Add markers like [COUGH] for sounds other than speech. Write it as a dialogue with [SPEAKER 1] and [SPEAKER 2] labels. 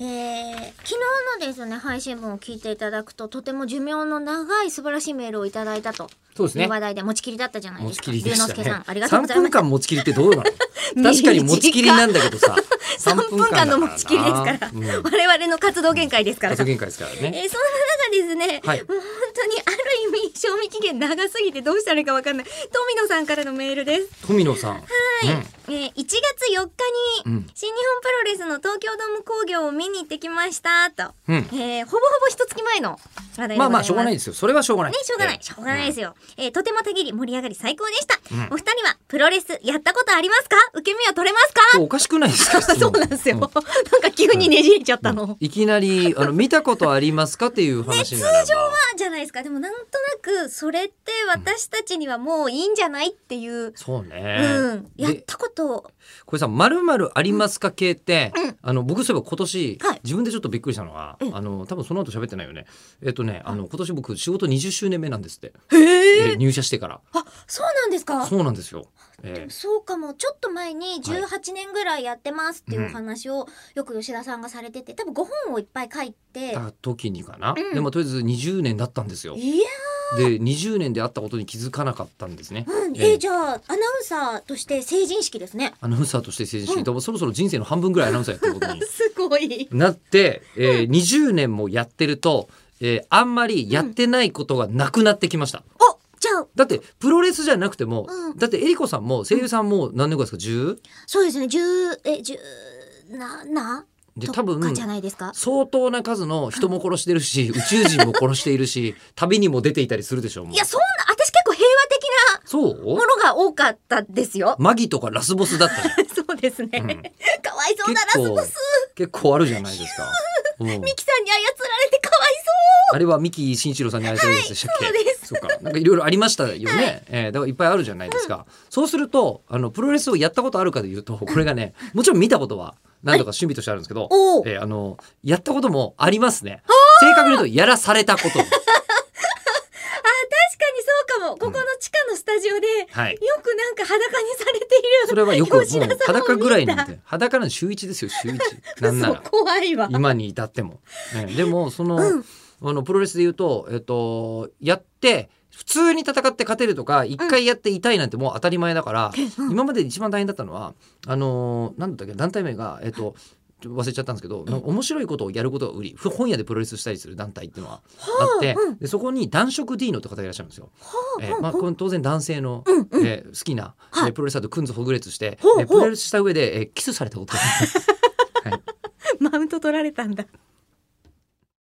[SPEAKER 1] えー、昨日のですね配信分を聞いていただくととても寿命の長い素晴らしいメールをいただいたと
[SPEAKER 2] そうですね
[SPEAKER 1] いう話題で持ちきりだったじゃない
[SPEAKER 2] 持
[SPEAKER 1] です
[SPEAKER 2] ち
[SPEAKER 1] か
[SPEAKER 2] きりでした
[SPEAKER 1] 龍之介さん
[SPEAKER 2] ね
[SPEAKER 1] ありがとうございま
[SPEAKER 2] 3分
[SPEAKER 1] す
[SPEAKER 2] 間持ちきりってど
[SPEAKER 1] [LAUGHS]
[SPEAKER 2] うなの確かに持ちきりなんだけどさ3
[SPEAKER 1] 3分間の持ちきりですから [LAUGHS]
[SPEAKER 2] だなうん
[SPEAKER 1] 我々の活動限界ですから
[SPEAKER 2] 家族限界ですから
[SPEAKER 1] えー、そん
[SPEAKER 2] ね
[SPEAKER 1] な中ですね、
[SPEAKER 2] はい
[SPEAKER 1] もう本当にある意味賞味期限長すぎてどうしたらいいかわかんない富野さんからのメールです
[SPEAKER 2] 富野さんうん
[SPEAKER 1] えー1月4日に、
[SPEAKER 2] うん
[SPEAKER 1] 新日本プロレスの東京ドーム工業を見に行ってきましたと、
[SPEAKER 2] うん
[SPEAKER 1] えーほぼほぼ一月前の話題でございます
[SPEAKER 2] まあまあしょうがないですよそれはしょうがない
[SPEAKER 1] ねしょうがない
[SPEAKER 2] ええ
[SPEAKER 1] しょうがないですよ、えーとてもたぎり盛り上がり最高でした、
[SPEAKER 2] うん
[SPEAKER 1] お二人はプロレスやったことありますか受け身は取れますか
[SPEAKER 2] そうおかしくないですか
[SPEAKER 1] [LAUGHS] そうなんですよ、
[SPEAKER 2] う
[SPEAKER 1] なんか急にねじれちゃったの、
[SPEAKER 2] いきなりあの見たことありますかっていう話にな
[SPEAKER 1] [LAUGHS]
[SPEAKER 2] れば、
[SPEAKER 1] じゃないですかでもなんとなくそれって私たちにはもういいんじゃないっていう、
[SPEAKER 2] そうね、
[SPEAKER 1] うん、やっ
[SPEAKER 2] で
[SPEAKER 1] たこと
[SPEAKER 2] これさ「まるまるありますか?」系って、
[SPEAKER 1] うん
[SPEAKER 2] あの僕そういえば今年、
[SPEAKER 1] はい
[SPEAKER 2] 自分でちょっとびっくりしたのが、
[SPEAKER 1] うん
[SPEAKER 2] あの多分その後喋ってないよねえっとねあの今年僕仕事20周年目なんですって、
[SPEAKER 1] へ
[SPEAKER 2] えー入社してから
[SPEAKER 1] あそうなんですか
[SPEAKER 2] そうなんですよ、
[SPEAKER 1] で
[SPEAKER 2] え
[SPEAKER 1] も
[SPEAKER 2] ー
[SPEAKER 1] そうかもちょっと前に
[SPEAKER 2] はい
[SPEAKER 1] 18年ぐらいやってますっていうお話をよく吉田さんがされてて多分5本をいっぱい書いて
[SPEAKER 2] た時にかな、
[SPEAKER 1] うん
[SPEAKER 2] でもとりあえず20年だったんですよ
[SPEAKER 1] いや
[SPEAKER 2] で20年で会ったことに気づかなかったんですね、
[SPEAKER 1] うん
[SPEAKER 2] え
[SPEAKER 1] え
[SPEAKER 2] え
[SPEAKER 1] じゃあアナウンサーとして成人式ですね
[SPEAKER 2] アナウンサーとして成人して、でもそろそろ人生の半分ぐらいアナウンサーやってる
[SPEAKER 1] [LAUGHS]
[SPEAKER 2] ことに
[SPEAKER 1] すごい
[SPEAKER 2] なって、えー、20年もやってると、えー、あんまりやってないことがなくなってきました。
[SPEAKER 1] おじゃあ
[SPEAKER 2] だってプロレスじゃなくても、
[SPEAKER 1] うん
[SPEAKER 2] だってえりこさんも声優さんも何年ぐらいですか 10?
[SPEAKER 1] そうですね10え17
[SPEAKER 2] で
[SPEAKER 1] と
[SPEAKER 2] 多
[SPEAKER 1] か
[SPEAKER 2] 分
[SPEAKER 1] じゃないですか
[SPEAKER 2] 相当な数の人も殺して
[SPEAKER 1] [LAUGHS]
[SPEAKER 2] るし、宇宙人も殺しているし旅にも出ていたりするでしょもう
[SPEAKER 1] いやそんな私結構平和的な
[SPEAKER 2] そ
[SPEAKER 1] も
[SPEAKER 2] う
[SPEAKER 1] のが多かったですよ
[SPEAKER 2] マギとかラスボスだったじゃん
[SPEAKER 1] そうですね、
[SPEAKER 2] うん
[SPEAKER 1] かわい [LAUGHS] そうなラス
[SPEAKER 2] 結構
[SPEAKER 1] ボス
[SPEAKER 2] 結構あるじゃないで
[SPEAKER 1] [LAUGHS]
[SPEAKER 2] すか。うん
[SPEAKER 1] ミキさんに操られてかわい
[SPEAKER 2] あれは三木慎一郎さんにあれたんでしたっけ、
[SPEAKER 1] はいそうです
[SPEAKER 2] っかなんかいろいろありましたよね、えーだからいっぱいあるじゃないですか、そうするとあのプロレスをやったことあるかでいうとこれがねもちろん見たことは何度か趣味としてあるんですけど、
[SPEAKER 1] [LAUGHS] おー
[SPEAKER 2] えーあのやったこともありますね正確に言うとやらされたこと
[SPEAKER 1] 確かにそうかもここの地下のスタジオで、
[SPEAKER 2] はい
[SPEAKER 1] よくなんか裸にされて
[SPEAKER 2] それは
[SPEAKER 1] [LAUGHS]
[SPEAKER 2] よくもう
[SPEAKER 1] 吉田さんを見た
[SPEAKER 2] 裸ぐらいなんで裸の週一ですよ週一ないん
[SPEAKER 1] る
[SPEAKER 2] な
[SPEAKER 1] そう
[SPEAKER 2] ら
[SPEAKER 1] 怖いわ
[SPEAKER 2] 今に至っても、
[SPEAKER 1] [LAUGHS]
[SPEAKER 2] えーでもその,、
[SPEAKER 1] うん
[SPEAKER 2] あのプロレスで言うと、えっとやって普通に戦って勝てるとか一回やって痛いなんてもう当たり前だから、
[SPEAKER 1] うん
[SPEAKER 2] 今までで一番大変だったのはあのーなんだっけ団体名がえっとちょっと忘れちゃったんですけど、なんか面白いことをやることが売りふ本屋でプロレスしたりする団体っていうのはあって、
[SPEAKER 1] うん
[SPEAKER 2] でそこに男色ディーノって方がいらっしゃるんですよ。えーまあ、これ当然男性の、
[SPEAKER 1] うんうん
[SPEAKER 2] えー好きな、
[SPEAKER 1] はい
[SPEAKER 2] えープロレスラーとくんずほぐれつして、
[SPEAKER 1] ほうほう
[SPEAKER 2] えープロレスした上で、えーキスされたことがありますはい
[SPEAKER 1] マウント取られたんだ